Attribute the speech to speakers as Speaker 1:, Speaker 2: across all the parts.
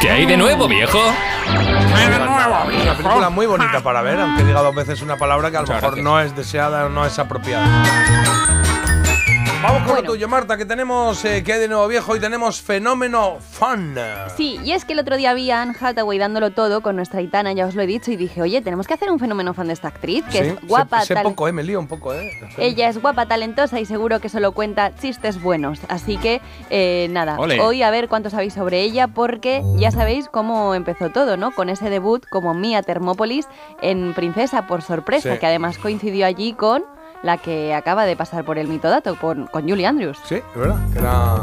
Speaker 1: ¿Qué hay de nuevo, viejo?
Speaker 2: Una película muy bonita para ver, aunque diga dos veces una palabra que a lo
Speaker 1: Muchas
Speaker 2: mejor
Speaker 1: gracias.
Speaker 2: no es deseada o no es apropiada. Vamos con lo tuyo, Marta, que tenemos eh, que hay de nuevo viejo y tenemos fenómeno fun.
Speaker 3: Sí, y es que el otro día vi a Anne Hathaway dándolo todo con nuestra Itana, ya os lo he dicho, y dije, oye, tenemos que hacer un fenómeno fan de esta actriz, que
Speaker 2: Sí,
Speaker 3: es guapa,
Speaker 2: Sé, sé
Speaker 3: tal-
Speaker 2: poco, eh, me lío un poco, eh.
Speaker 3: Ella es guapa, talentosa y seguro que solo cuenta chistes buenos. Así que, eh, nada,
Speaker 1: Ole.
Speaker 3: hoy a ver cuánto sabéis sobre ella, porque ya sabéis cómo empezó todo, ¿no? Con ese debut como Mia Thermopolis en Princesa por sorpresa,
Speaker 2: Sí.
Speaker 3: que además coincidió allí con la que acaba de pasar por el mitodato, con, con Julie Andrews.
Speaker 2: Sí, es verdad. Que era.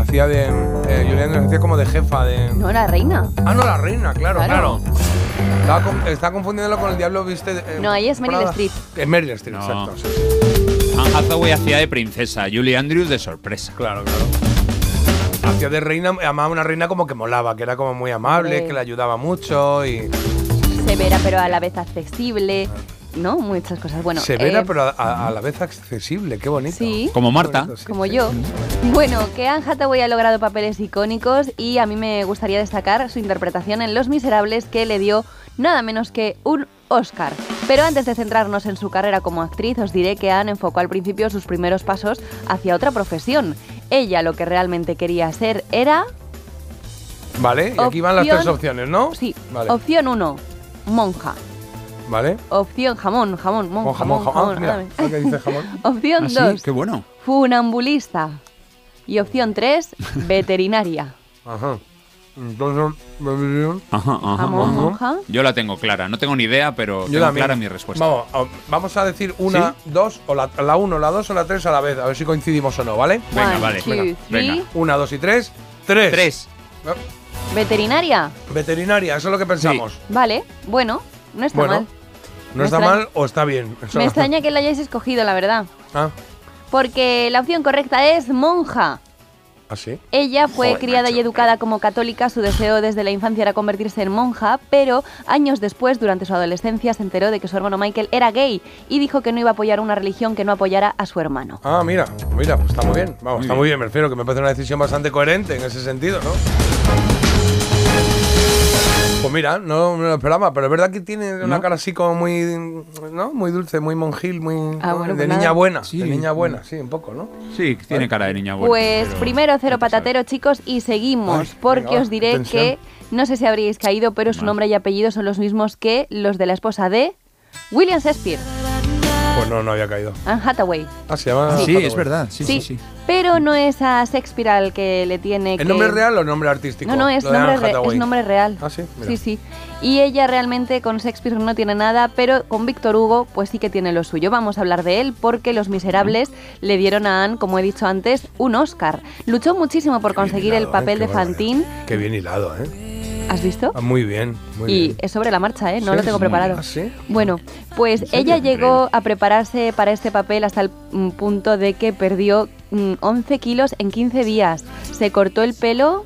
Speaker 2: Hacía de. Eh, Julián Andrews hacía como de jefa de.
Speaker 3: No era reina.
Speaker 2: Ah, no, la reina, claro, claro.
Speaker 3: Claro.
Speaker 2: Estaba, con- estaba confundiéndolo con el diablo, viste. eh,
Speaker 3: No, ahí es Meryl
Speaker 2: Prada.
Speaker 3: Streep.
Speaker 2: Es Meryl Streep,
Speaker 1: No.
Speaker 2: exacto. sí, sí.
Speaker 1: Anne Hathaway hacía de princesa, Julie Andrews de sorpresa.
Speaker 2: Claro, claro. Hacía de reina, amaba una reina como que molaba, que era como muy amable,
Speaker 3: Hombre.
Speaker 2: que le ayudaba mucho y
Speaker 3: Severa, pero a la vez accesible, ¿no? Muchas cosas. Bueno,
Speaker 2: severa,
Speaker 3: eh,
Speaker 2: pero a, a- a la vez accesible, qué bonito.
Speaker 3: Sí.
Speaker 1: Como Marta.
Speaker 2: Qué bonito, sí,
Speaker 3: como
Speaker 2: sí.
Speaker 3: yo. Bueno, que Anne Hathaway ha logrado papeles icónicos y a mí me gustaría destacar su interpretación en Los Miserables que le dio nada menos que un Oscar. Pero antes de centrarnos en su carrera como actriz, os diré que Anne enfocó al principio sus primeros pasos hacia otra profesión. Ella lo que realmente quería ser era...
Speaker 2: Vale, y aquí van las
Speaker 3: Opción-
Speaker 2: tres opciones, ¿no?
Speaker 3: Sí,
Speaker 2: Vale.
Speaker 3: opción 1, monja.
Speaker 2: Vale.
Speaker 3: Opción jamón, jamón, monja,
Speaker 2: Con jamón,
Speaker 3: monja,
Speaker 2: jamón.
Speaker 3: jamón,
Speaker 2: Ah, mira,
Speaker 3: ándame.
Speaker 2: lo que dice jamón.
Speaker 3: Opción
Speaker 1: Ah,
Speaker 3: 2,
Speaker 1: sí, qué bueno.
Speaker 3: funambulista. Y opción 3, veterinaria.
Speaker 2: Ajá. Entonces, yo
Speaker 1: Ajá, ajá,
Speaker 3: Jamón,
Speaker 1: ajá.
Speaker 3: monja.
Speaker 1: Yo la tengo clara, no tengo ni idea, pero tengo
Speaker 2: también.
Speaker 1: clara mi respuesta.
Speaker 2: Vamos, a- vamos a decir una, dos, o la, la uno, la dos o la tres a la vez, a ver si coincidimos o no, ¿vale?
Speaker 1: Venga,
Speaker 3: One,
Speaker 1: vale.
Speaker 3: two,
Speaker 1: venga,
Speaker 3: three.
Speaker 1: venga.
Speaker 2: Una, dos y tres. Tres.
Speaker 1: Tres.
Speaker 2: Ah,
Speaker 3: ¿Veterinaria?
Speaker 2: Veterinaria, eso es lo que pensamos.
Speaker 3: Vale, bueno, no está
Speaker 2: Bueno,
Speaker 3: mal.
Speaker 2: ¿No
Speaker 3: Me
Speaker 2: está
Speaker 3: extraña-
Speaker 2: mal o está bien? Eso-
Speaker 3: Me extraña que la hayáis escogido, la verdad.
Speaker 2: Ah,
Speaker 3: Porque la opción correcta es monja.
Speaker 2: así.
Speaker 3: Ella fue
Speaker 1: Joder,
Speaker 3: criada
Speaker 1: macho.
Speaker 3: y educada como católica, su deseo desde la infancia era convertirse en monja, pero años después, durante su adolescencia, se enteró de que su hermano Michael era gay y dijo que no iba a apoyar una religión que no apoyara a su hermano.
Speaker 2: Ah, mira, mira, pues está muy bien. Vamos,
Speaker 1: Muy
Speaker 2: está
Speaker 1: bien.
Speaker 2: muy bien, me refiero, que me parece una decisión bastante coherente en ese sentido, ¿no? Pues mira, no me lo esperaba, pero es verdad que tiene una cara así como muy, ¿no? Muy dulce, muy monjil, muy
Speaker 3: Ah,
Speaker 2: ¿no?
Speaker 3: bueno,
Speaker 2: de
Speaker 3: pues
Speaker 2: niña
Speaker 3: nada.
Speaker 2: buena,
Speaker 1: Sí.
Speaker 2: de niña buena, sí, un poco, ¿no?
Speaker 1: Sí, tiene cara de
Speaker 2: Ah,
Speaker 1: niña buena.
Speaker 3: Pues
Speaker 1: pero-
Speaker 3: primero cero
Speaker 1: Hay que saber.
Speaker 3: patatero, chicos, y seguimos,
Speaker 2: Ay,
Speaker 3: porque
Speaker 2: venga,
Speaker 3: os diré
Speaker 2: atención.
Speaker 3: que no sé si habríais caído, pero su
Speaker 1: Vale.
Speaker 3: nombre y apellido son los mismos que los de la esposa de William Shakespeare,
Speaker 2: Pues no, no había caído.
Speaker 3: Anne Hathaway.
Speaker 2: Ah, se llama.
Speaker 1: Sí,
Speaker 2: Hathaway.
Speaker 1: es verdad. Sí, sí, sí.
Speaker 3: Pero no es a Shakespeare al que le tiene que...
Speaker 2: ¿Es nombre real o nombre artístico?
Speaker 3: No, no, es
Speaker 2: Lo de
Speaker 3: nombre,
Speaker 2: Anne
Speaker 3: re- es
Speaker 2: Hathaway.
Speaker 3: nombre real.
Speaker 2: Ah, sí, mira.
Speaker 3: Sí, sí. Y ella realmente con Shakespeare no tiene nada, pero con Víctor Hugo pues sí que tiene lo suyo. Vamos a hablar de él porque Los Miserables le dieron a Anne, como he dicho antes, un Oscar. Luchó muchísimo por
Speaker 2: Qué bien
Speaker 3: conseguir
Speaker 2: hilado,
Speaker 3: el
Speaker 2: ¿eh?
Speaker 3: papel
Speaker 2: Qué
Speaker 3: de
Speaker 2: bárbaro.
Speaker 3: Fantine.
Speaker 2: Qué bien hilado, ¿eh?
Speaker 3: ¿Has visto?
Speaker 2: Ah, muy bien, muy
Speaker 3: y
Speaker 2: bien.
Speaker 3: es sobre la marcha, ¿eh? No
Speaker 2: Sí,
Speaker 3: lo tengo
Speaker 2: sí.
Speaker 3: preparado.
Speaker 2: ¿Ah, sí?
Speaker 3: Bueno, pues ella llegó a prepararse para este papel hasta el mm, punto de que perdió mm, 11 kilos en 15 días. Se cortó el pelo,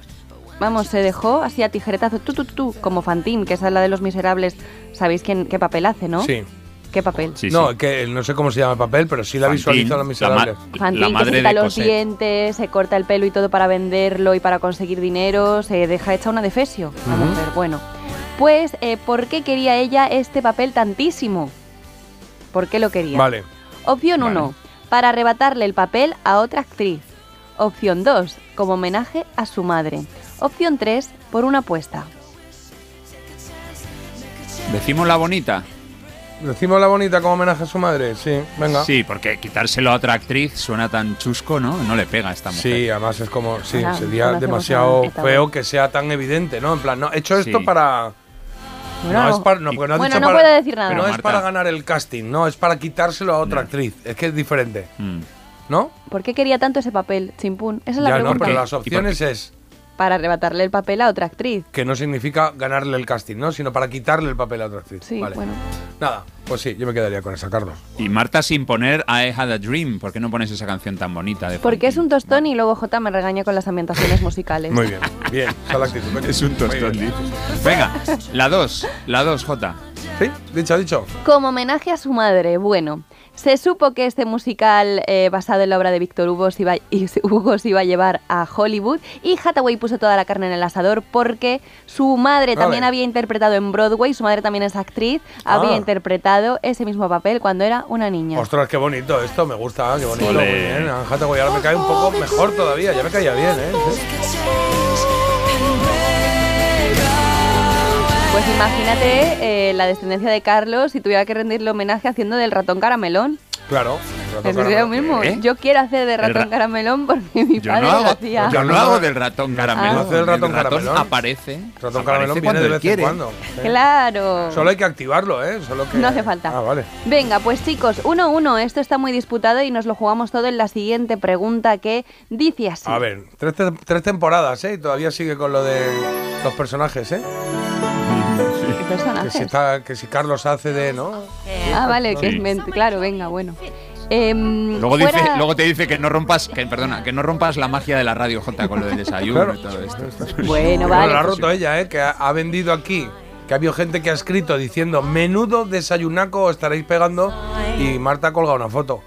Speaker 3: vamos, se dejó así a tijeretazo, tú, tú, tú, como Fantín, que esa es la de los miserables. ¿Sabéis quién, qué papel hace, no?
Speaker 2: Sí.
Speaker 3: ¿Qué papel?
Speaker 1: Sí,
Speaker 2: no,
Speaker 1: sí.
Speaker 2: que no sé cómo se llama el papel, pero sí la
Speaker 1: Fantín,
Speaker 2: visualizo a los miserables.
Speaker 1: ma-
Speaker 3: Fantín
Speaker 1: la
Speaker 3: que se
Speaker 1: madre
Speaker 3: quita
Speaker 1: de
Speaker 3: los
Speaker 1: Cosette.
Speaker 3: dientes, se corta el pelo y todo para venderlo y para conseguir dinero, se deja hecha una defesio. la
Speaker 2: Ujú.
Speaker 3: mujer. Bueno, pues, eh, ¿por qué quería ella este papel tantísimo? ¿Por qué lo quería?
Speaker 2: Vale.
Speaker 3: Opción
Speaker 1: Vale.
Speaker 3: 1, para arrebatarle el papel a otra actriz. Opción 2, como homenaje a su madre. Opción 3, por una apuesta.
Speaker 1: Decimos la bonita.
Speaker 2: Decimos la bonita como homenaje a su madre, sí. Venga.
Speaker 1: Sí, porque quitárselo a otra actriz suena tan chusco, ¿no? No le pega a esta mujer.
Speaker 2: Sí, además es como, sí,
Speaker 3: Ahora,
Speaker 2: sería
Speaker 3: ahora hacemos
Speaker 2: demasiado
Speaker 3: una etapa.
Speaker 2: feo que sea tan evidente, ¿no? En plan, no, he hecho esto
Speaker 1: Sí.
Speaker 2: para...
Speaker 3: Bueno,
Speaker 2: no,
Speaker 3: no.
Speaker 2: es para, no, porque no has
Speaker 3: Bueno,
Speaker 2: dicho
Speaker 3: no
Speaker 2: para-
Speaker 3: puedo decir nada.
Speaker 2: No es
Speaker 1: Marta.
Speaker 2: para ganar el casting, no, es para quitárselo a otra
Speaker 1: No.
Speaker 2: actriz. Es que es diferente,
Speaker 1: Mm.
Speaker 2: ¿no?
Speaker 3: ¿Por qué quería tanto ese papel, Chimpún? Esa es la
Speaker 2: Ya no,
Speaker 3: pregunta.
Speaker 2: pero
Speaker 1: qué?
Speaker 2: las
Speaker 1: ¿Y por qué?
Speaker 2: opciones es
Speaker 3: Para arrebatarle el papel a otra actriz.
Speaker 2: que no significa ganarle el casting, ¿no? Sino para quitarle el papel a otra actriz.
Speaker 3: Sí,
Speaker 2: Vale.
Speaker 3: bueno.
Speaker 2: Nada, pues sí, yo me quedaría con esa, Carlos.
Speaker 1: Y Marta sin poner I Had a Dream. ¿Por qué no pones esa canción tan bonita? De
Speaker 3: Porque es
Speaker 1: Fontaine?
Speaker 3: un tostón y luego J me regaña con las ambientaciones musicales.
Speaker 2: Muy bien, bien, esa es la actitud. venga.
Speaker 1: Es un
Speaker 2: Muy
Speaker 1: tostón,
Speaker 2: bien.
Speaker 1: dices. Venga, la 2, la 2, J.
Speaker 2: Sí, dicho, dicho.
Speaker 3: Como homenaje a su madre, bueno, Se supo que este musical eh, basado en la obra de Víctor Hugo se, iba, y- Hugo se iba a llevar a Hollywood y Hathaway puso toda la carne en el asador porque su madre
Speaker 2: A
Speaker 3: también
Speaker 2: ver.
Speaker 3: había interpretado en Broadway, su madre también es actriz, había
Speaker 2: Ah.
Speaker 3: interpretado ese mismo papel cuando era una niña.
Speaker 2: Ostras, qué bonito esto, me gusta, qué bonito.
Speaker 1: Ole.
Speaker 2: Muy bien, Anne Hathaway ahora me cae un poco mejor todavía, ya me caía bien, ¿eh? Sí.
Speaker 3: Pues imagínate eh, la descendencia de Carlos si tuviera que rendirle homenaje haciendo del ratón caramelón.
Speaker 2: Claro.
Speaker 3: Es lo mismo.
Speaker 1: ¿Eh?
Speaker 3: Yo quiero hacer de ratón
Speaker 1: ra-
Speaker 3: caramelón porque mi
Speaker 1: Yo
Speaker 3: padre
Speaker 1: no,
Speaker 3: lo
Speaker 1: hago,
Speaker 3: hacía.
Speaker 1: yo no hago del ratón caramelo.
Speaker 3: No hace
Speaker 2: el ratón caramelón.
Speaker 1: aparece.
Speaker 2: Ratón
Speaker 1: aparece
Speaker 2: Caramelón viene
Speaker 1: cuando
Speaker 2: de
Speaker 1: él
Speaker 2: vez
Speaker 1: quiere.
Speaker 2: en cuando. sí.
Speaker 3: Claro.
Speaker 2: Solo hay que activarlo, ¿eh? Solo que...
Speaker 3: No hace falta.
Speaker 2: Ah, vale.
Speaker 3: Venga, pues chicos, 1-1. Uno, uno. Esto está muy disputado y nos lo jugamos todo en la siguiente pregunta que dice así.
Speaker 2: A ver, tres, te- tres temporadas, ¿eh? Y todavía sigue con lo de los personajes, ¿eh?
Speaker 3: ¿Qué
Speaker 2: Que
Speaker 3: personajes?
Speaker 2: si, está, que si Carlos hace de, ¿no?
Speaker 3: Ah, vale, que
Speaker 1: Sí.
Speaker 3: es mente. Claro, venga, bueno. Em,
Speaker 1: Luego, dice-
Speaker 3: fuera-
Speaker 1: luego te dice que no rompas, que, perdona, que no rompas la magia de la radio J con lo del desayuno
Speaker 2: Claro.
Speaker 1: y todo esto.
Speaker 3: Bueno,
Speaker 2: Pero
Speaker 3: vale.
Speaker 2: lo ha roto ella, ¿eh? Que ha, ha vendido aquí. Que ha habido gente que ha escrito diciendo, menudo desayunaco os estaréis pegando. Y Marta ha colgado una foto,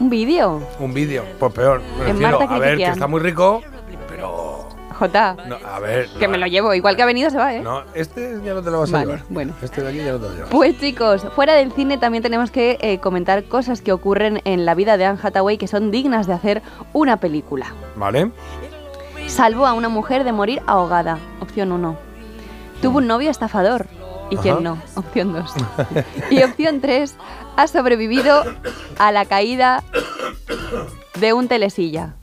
Speaker 3: Un vídeo.
Speaker 2: un vídeo. Pues peor. me
Speaker 3: En
Speaker 2: refiero,
Speaker 3: Marta
Speaker 2: a ver, que
Speaker 3: critiquean.
Speaker 2: está muy rico, pero...
Speaker 3: Jota,
Speaker 2: no, a ver.
Speaker 3: que
Speaker 2: no,
Speaker 3: me lo llevo. Igual que ha venido se va, ¿eh?
Speaker 2: No, este ya no te lo vas
Speaker 3: Vale,
Speaker 2: a llevar.
Speaker 3: bueno.
Speaker 2: Este de aquí ya no te lo llevas.
Speaker 3: Pues chicos, fuera del cine también tenemos que eh, comentar cosas que ocurren en la vida de Anne Hathaway que son dignas de hacer una película.
Speaker 2: Vale.
Speaker 3: Salvó a una mujer de morir ahogada, opción 1. Tuvo un novio estafador, ¿y quién
Speaker 2: Ajá.
Speaker 3: no? Opción 2. Y opción 3, ha sobrevivido a la caída de un telesilla.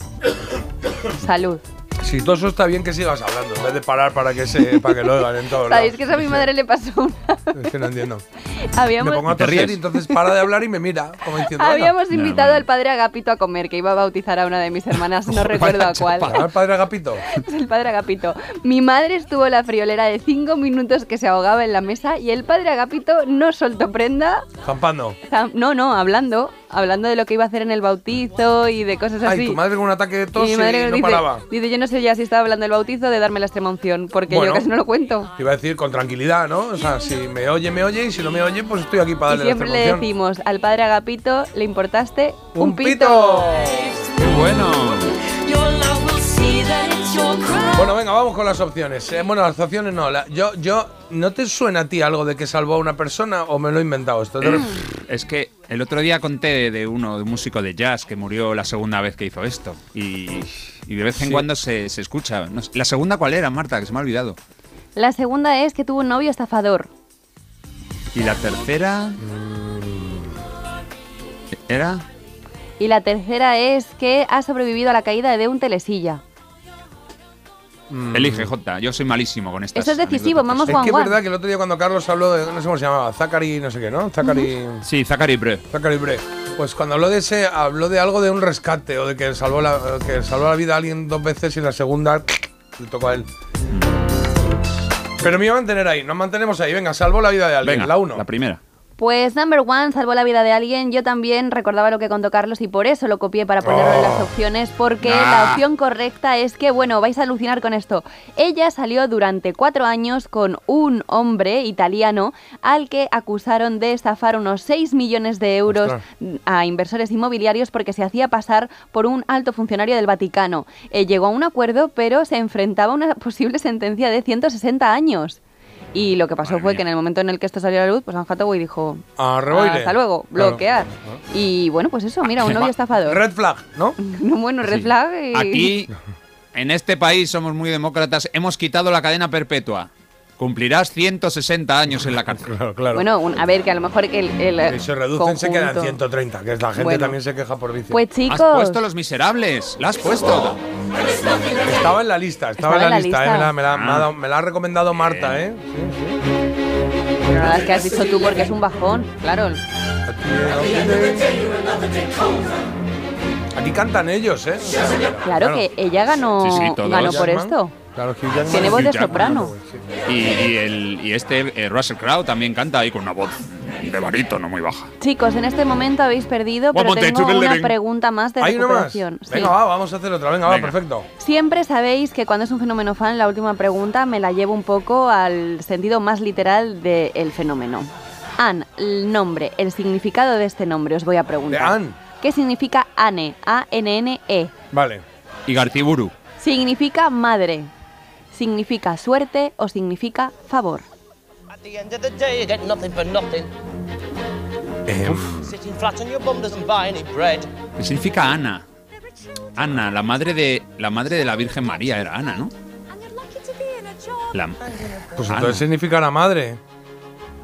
Speaker 3: Salud.
Speaker 2: Si todo eso está bien que sigas hablando, en vez de parar para que se para que lo oigan en todos
Speaker 3: ¿Sabéis
Speaker 2: lados.
Speaker 3: que eso a mi madre le pasó una?
Speaker 2: Es que no entiendo. Me
Speaker 3: Habíamos,
Speaker 2: pongo a
Speaker 1: ¿Te
Speaker 2: toser
Speaker 1: ríes?
Speaker 2: y entonces para de hablar y me mira, como diciendo, bueno,
Speaker 3: habíamos
Speaker 1: No,
Speaker 3: invitado
Speaker 1: bueno.
Speaker 3: al padre Agapito a comer, que iba a bautizar a una de mis hermanas, no recuerdo a cuál.
Speaker 2: para el padre Agapito.
Speaker 3: Es el padre Agapito. Mi madre estuvo en la friolera de cinco minutos que se ahogaba en la mesa y el padre Agapito no soltó prenda.
Speaker 2: Zampando.
Speaker 3: Zam- No, no, hablando. Hablando de lo que iba a hacer en el bautizo y de cosas así.
Speaker 2: Ay, tu madre con un ataque de
Speaker 3: Y
Speaker 2: tos y,
Speaker 3: mi madre
Speaker 2: no
Speaker 3: dice,
Speaker 2: paraba.
Speaker 3: dice, yo no sé ya si estaba hablando del bautizo o de darme la extrema unción, porque
Speaker 2: Bueno.
Speaker 3: yo casi no lo cuento.
Speaker 2: Te iba a decir con tranquilidad, ¿no? O sea, si me oye, me oye y si no me oye, pues estoy aquí para
Speaker 3: Y
Speaker 2: darle
Speaker 3: siempre
Speaker 2: la
Speaker 3: le
Speaker 2: extremaunción.
Speaker 3: decimos al padre Agapito, le importaste un,
Speaker 2: ¡Un pito!
Speaker 1: ¡Qué bueno!
Speaker 2: Bueno, venga, vamos con las opciones. Eh, bueno, las opciones no. la- yo, yo, ¿no te suena a ti algo de que salvó a una persona o me lo he inventado esto? Te-
Speaker 1: Es que el otro día conté de uno, de un músico de jazz que murió la segunda vez que hizo esto. Y, y de vez en cuando se, se escucha. No sé. ¿La segunda cuál era, Marta? Que se me ha olvidado.
Speaker 3: La segunda es que tuvo un novio estafador.
Speaker 1: Y la tercera.
Speaker 2: Mm.
Speaker 1: ¿Era?
Speaker 3: Y la tercera es que ha sobrevivido a la caída de un telesilla.
Speaker 2: Mm.
Speaker 1: Elige J. Yo soy malísimo con estas.
Speaker 3: Eso es decisivo,
Speaker 1: anécdotas.
Speaker 3: vamos
Speaker 2: Es que es
Speaker 3: Juan.
Speaker 2: verdad que el otro día cuando Carlos habló de, no sé cómo se llamaba, Zachary, no sé qué, ¿no? Zachary...
Speaker 1: Sí, Zachary Bre.
Speaker 2: Zachary Bre. Pues cuando habló de ese, habló de algo de un rescate o de que salvó la, que salvó la vida a alguien dos veces y la segunda le tocó a él. Pero me iba a mantener ahí, nos mantenemos ahí. Venga, salvó la vida de alguien,
Speaker 1: Venga,
Speaker 2: la uno.
Speaker 1: primera.
Speaker 3: Pues number one salvó la vida de alguien. Yo también recordaba lo que contó Carlos y por eso lo copié para ponerlo en las opciones, porque la opción correcta es que, bueno, vais a alucinar con esto. Ella salió durante cuatro años con un hombre italiano al que acusaron de estafar unos 6 millones de euros
Speaker 2: Ostras.
Speaker 3: a inversores inmobiliarios porque se hacía pasar por un alto funcionario del Vaticano. Eh, llegó a un acuerdo, pero se enfrentaba a una posible sentencia de 160 años. Y lo que pasó
Speaker 1: Madre
Speaker 3: fue
Speaker 1: mía.
Speaker 3: que en el momento en el que esto salió a la luz, pues Anne Hathaway dijo,
Speaker 2: A reboile.
Speaker 3: hasta luego,
Speaker 2: Claro. Ah.
Speaker 3: bloquear. Y bueno, pues eso, mira, un novio estafador.
Speaker 2: Red flag, ¿no?
Speaker 3: No, bueno, red flag y-
Speaker 1: Aquí, en este país, somos muy demócratas. Hemos quitado la cadena perpetua. Cumplirás 160 años en la cárcel.
Speaker 2: Claro, claro.
Speaker 3: Bueno, un- a ver, que a lo mejor que el, el
Speaker 2: si se reducen, se quedan
Speaker 3: conjunto-
Speaker 2: 130, que la gente
Speaker 3: Bueno.
Speaker 2: también se queja por vicio.
Speaker 3: Pues
Speaker 1: Has
Speaker 3: chicos,
Speaker 1: puesto los miserables. La has puesto.
Speaker 2: estaba en la lista, estaba, en la lista, ¿eh? Me la, me la- me ha dado- me la ha recomendado Marta, ¿eh?
Speaker 3: pero nada, es que has dicho tú porque es un bajón, claro.
Speaker 2: Aquí cantan ellos, ¿eh? O sea,
Speaker 3: Claro que ella ganó,
Speaker 1: Sí, sí, todos.
Speaker 3: ganó por
Speaker 2: Jackman,
Speaker 3: esto.
Speaker 2: Claro, Hugh Jackman.
Speaker 3: Tiene voz
Speaker 1: Hugh
Speaker 3: de
Speaker 1: Jackman,
Speaker 3: soprano.
Speaker 1: Y, y el, y este eh, Russell Crowe también canta ahí con una voz de barito, no muy baja.
Speaker 3: Chicos, en este momento habéis perdido,
Speaker 1: One
Speaker 3: pero
Speaker 1: more day
Speaker 3: tengo
Speaker 1: to the
Speaker 3: una
Speaker 1: living.
Speaker 3: pregunta más de
Speaker 2: ¿Hay uno más?
Speaker 3: recuperación. Sí.
Speaker 2: Venga, va, vamos a hacer otra. Venga, va,
Speaker 1: Venga.
Speaker 2: perfecto.
Speaker 3: Siempre sabéis que cuando es un fenómeno fan, la última pregunta me la llevo un poco al sentido más literal del fenómeno. Anne, el nombre, el significado de este nombre, os voy a preguntar.
Speaker 2: ¿De Anne?
Speaker 3: ¿Qué significa Anne? A-N-N-E.
Speaker 2: Vale.
Speaker 1: Igartiburu.
Speaker 3: E. Significa madre. Significa suerte o significa favor.
Speaker 4: At the end of the day, you get nothing but nothing.
Speaker 1: Eh,
Speaker 4: Sitting flat on your bum doesn't buy any bread.
Speaker 1: ¿Qué Pues significa Ana? Ana, la madre de la madre de la Virgen María era Ana, ¿no?
Speaker 5: And they're lucky to be in a job.
Speaker 1: La-
Speaker 2: Pues
Speaker 1: Ana.
Speaker 2: entonces significa la madre.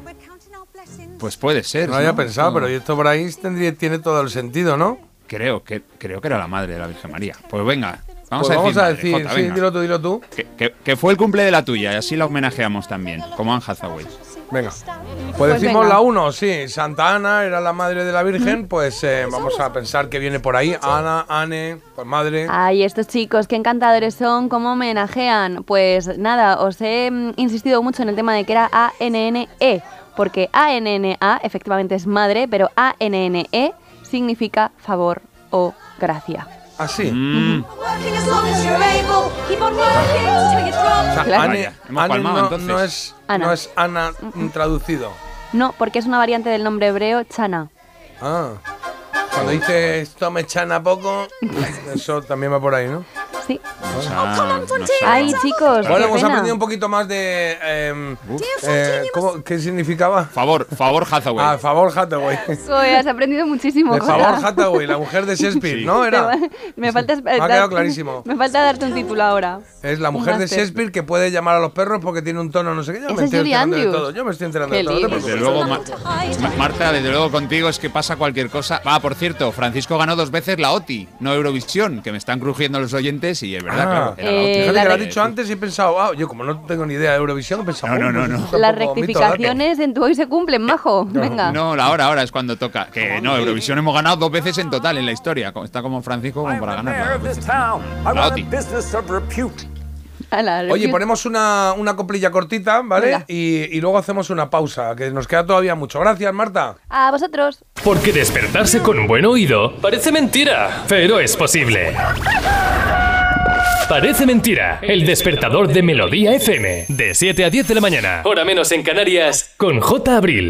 Speaker 5: We're counting our blessings.
Speaker 1: Pues puede ser.
Speaker 2: No había
Speaker 1: ¿no?
Speaker 2: pensado,
Speaker 1: No.
Speaker 2: pero esto por ahí tendría, tiene todo el sentido, ¿no?
Speaker 1: Creo que creo que era la madre de la Virgen María. Pues venga, vamos
Speaker 2: Pues
Speaker 1: a decir.
Speaker 2: vamos a
Speaker 1: madre,
Speaker 2: decir,
Speaker 1: Jota,
Speaker 2: sí,
Speaker 1: venga.
Speaker 2: dilo tú, dilo tú.
Speaker 1: que, que- que fue el cumple de la tuya y así la homenajeamos también, como Anne Hathaway.
Speaker 2: Venga. Pues,
Speaker 3: Pues
Speaker 2: decimos
Speaker 3: venga.
Speaker 2: la 1, sí. Santa Ana era la madre de la Virgen, pues eh, vamos a pensar que viene por ahí. Ana, Ane, pues madre.
Speaker 3: Ay, estos chicos, qué encantadores son, cómo homenajean. Pues nada, os he mm, insistido mucho en el tema de que era ANNE, E, porque ANNA efectivamente es madre, pero ANNE E significa favor o gracia.
Speaker 2: Así.
Speaker 1: Mm,
Speaker 5: Working as long as you're able. Keep on working till you drop.
Speaker 2: O sea,
Speaker 3: Claro.
Speaker 2: Ane,
Speaker 1: Vaya, hemos
Speaker 2: Ane
Speaker 1: palmado,
Speaker 2: no,
Speaker 1: entonces.
Speaker 2: no es,
Speaker 3: Ana.
Speaker 2: no es Ana mm, traducido.
Speaker 3: No, porque es una variante del nombre hebreo Chana.
Speaker 2: Ah. Cuando dices esto me echan a poco, eso también va por ahí, ¿no?
Speaker 3: Sí.
Speaker 1: nos ha- nos ha-
Speaker 3: Ay, chicos.
Speaker 2: Bueno,
Speaker 3: qué
Speaker 2: hemos
Speaker 3: Pues pena.
Speaker 2: aprendido un poquito más de. eh,
Speaker 1: Uf.
Speaker 2: eh, ¿cómo- ¿Qué significaba?
Speaker 1: favor, favor Hathaway.
Speaker 2: Ah, favor Hathaway.
Speaker 3: Joder, eh, has aprendido muchísimo.
Speaker 2: De favor
Speaker 3: Jota.
Speaker 2: Hathaway, la mujer de Shakespeare,
Speaker 1: Sí.
Speaker 2: ¿no? Era.
Speaker 3: me falta
Speaker 2: Me ha quedado clarísimo.
Speaker 3: Me falta darte un título ahora.
Speaker 2: Es la mujer
Speaker 3: Un
Speaker 2: de
Speaker 3: máster.
Speaker 2: Shakespeare que puede llamar a los perros porque tiene un tono no sé qué. Yo
Speaker 3: Esa
Speaker 2: me
Speaker 3: es
Speaker 2: estoy
Speaker 3: Julie
Speaker 2: enterando de
Speaker 3: Andrews.
Speaker 2: todo. Yo me estoy enterando
Speaker 3: Qué
Speaker 2: de todo. no te
Speaker 3: lío.
Speaker 1: Desde
Speaker 2: preocupes.
Speaker 1: luego, Ma- Ma- Marta, desde luego contigo es que pasa cualquier cosa. Ah, por cierto, Francisco ganó dos veces la OTI, no Eurovisión, que me están crujiendo los oyentes y es verdad,
Speaker 2: Ah.
Speaker 1: claro. era la OTI.
Speaker 3: Eh,
Speaker 2: Fíjate
Speaker 3: la
Speaker 2: que lo
Speaker 3: re-
Speaker 2: has dicho antes y he pensado, ah, yo como no tengo ni idea de Eurovisión, he pensado,
Speaker 1: No, no,
Speaker 2: "Uy,
Speaker 1: no,
Speaker 2: pues
Speaker 1: no.
Speaker 2: esto
Speaker 3: Las
Speaker 2: tampoco mito, dato".
Speaker 3: rectificaciones en tu hoy se cumplen, majo. Venga.
Speaker 1: No, la hora, ahora es cuando toca. Que no, Eurovisión hemos ganado dos veces en total en la historia. Está como Francisco como para ganar. La OTI.
Speaker 3: Ala,
Speaker 2: Oye,
Speaker 3: refuse-
Speaker 2: ponemos una, una coplilla cortita, ¿vale?
Speaker 3: Venga.
Speaker 2: Y, y luego hacemos una pausa, que nos queda todavía mucho. Gracias, Marta.
Speaker 3: A vosotros.
Speaker 6: Porque despertarse con un buen oído parece mentira, pero es posible. Parece mentira, el despertador de Melodía FM, de 7 a 10 de la mañana, hora menos en Canarias, con J. Abril.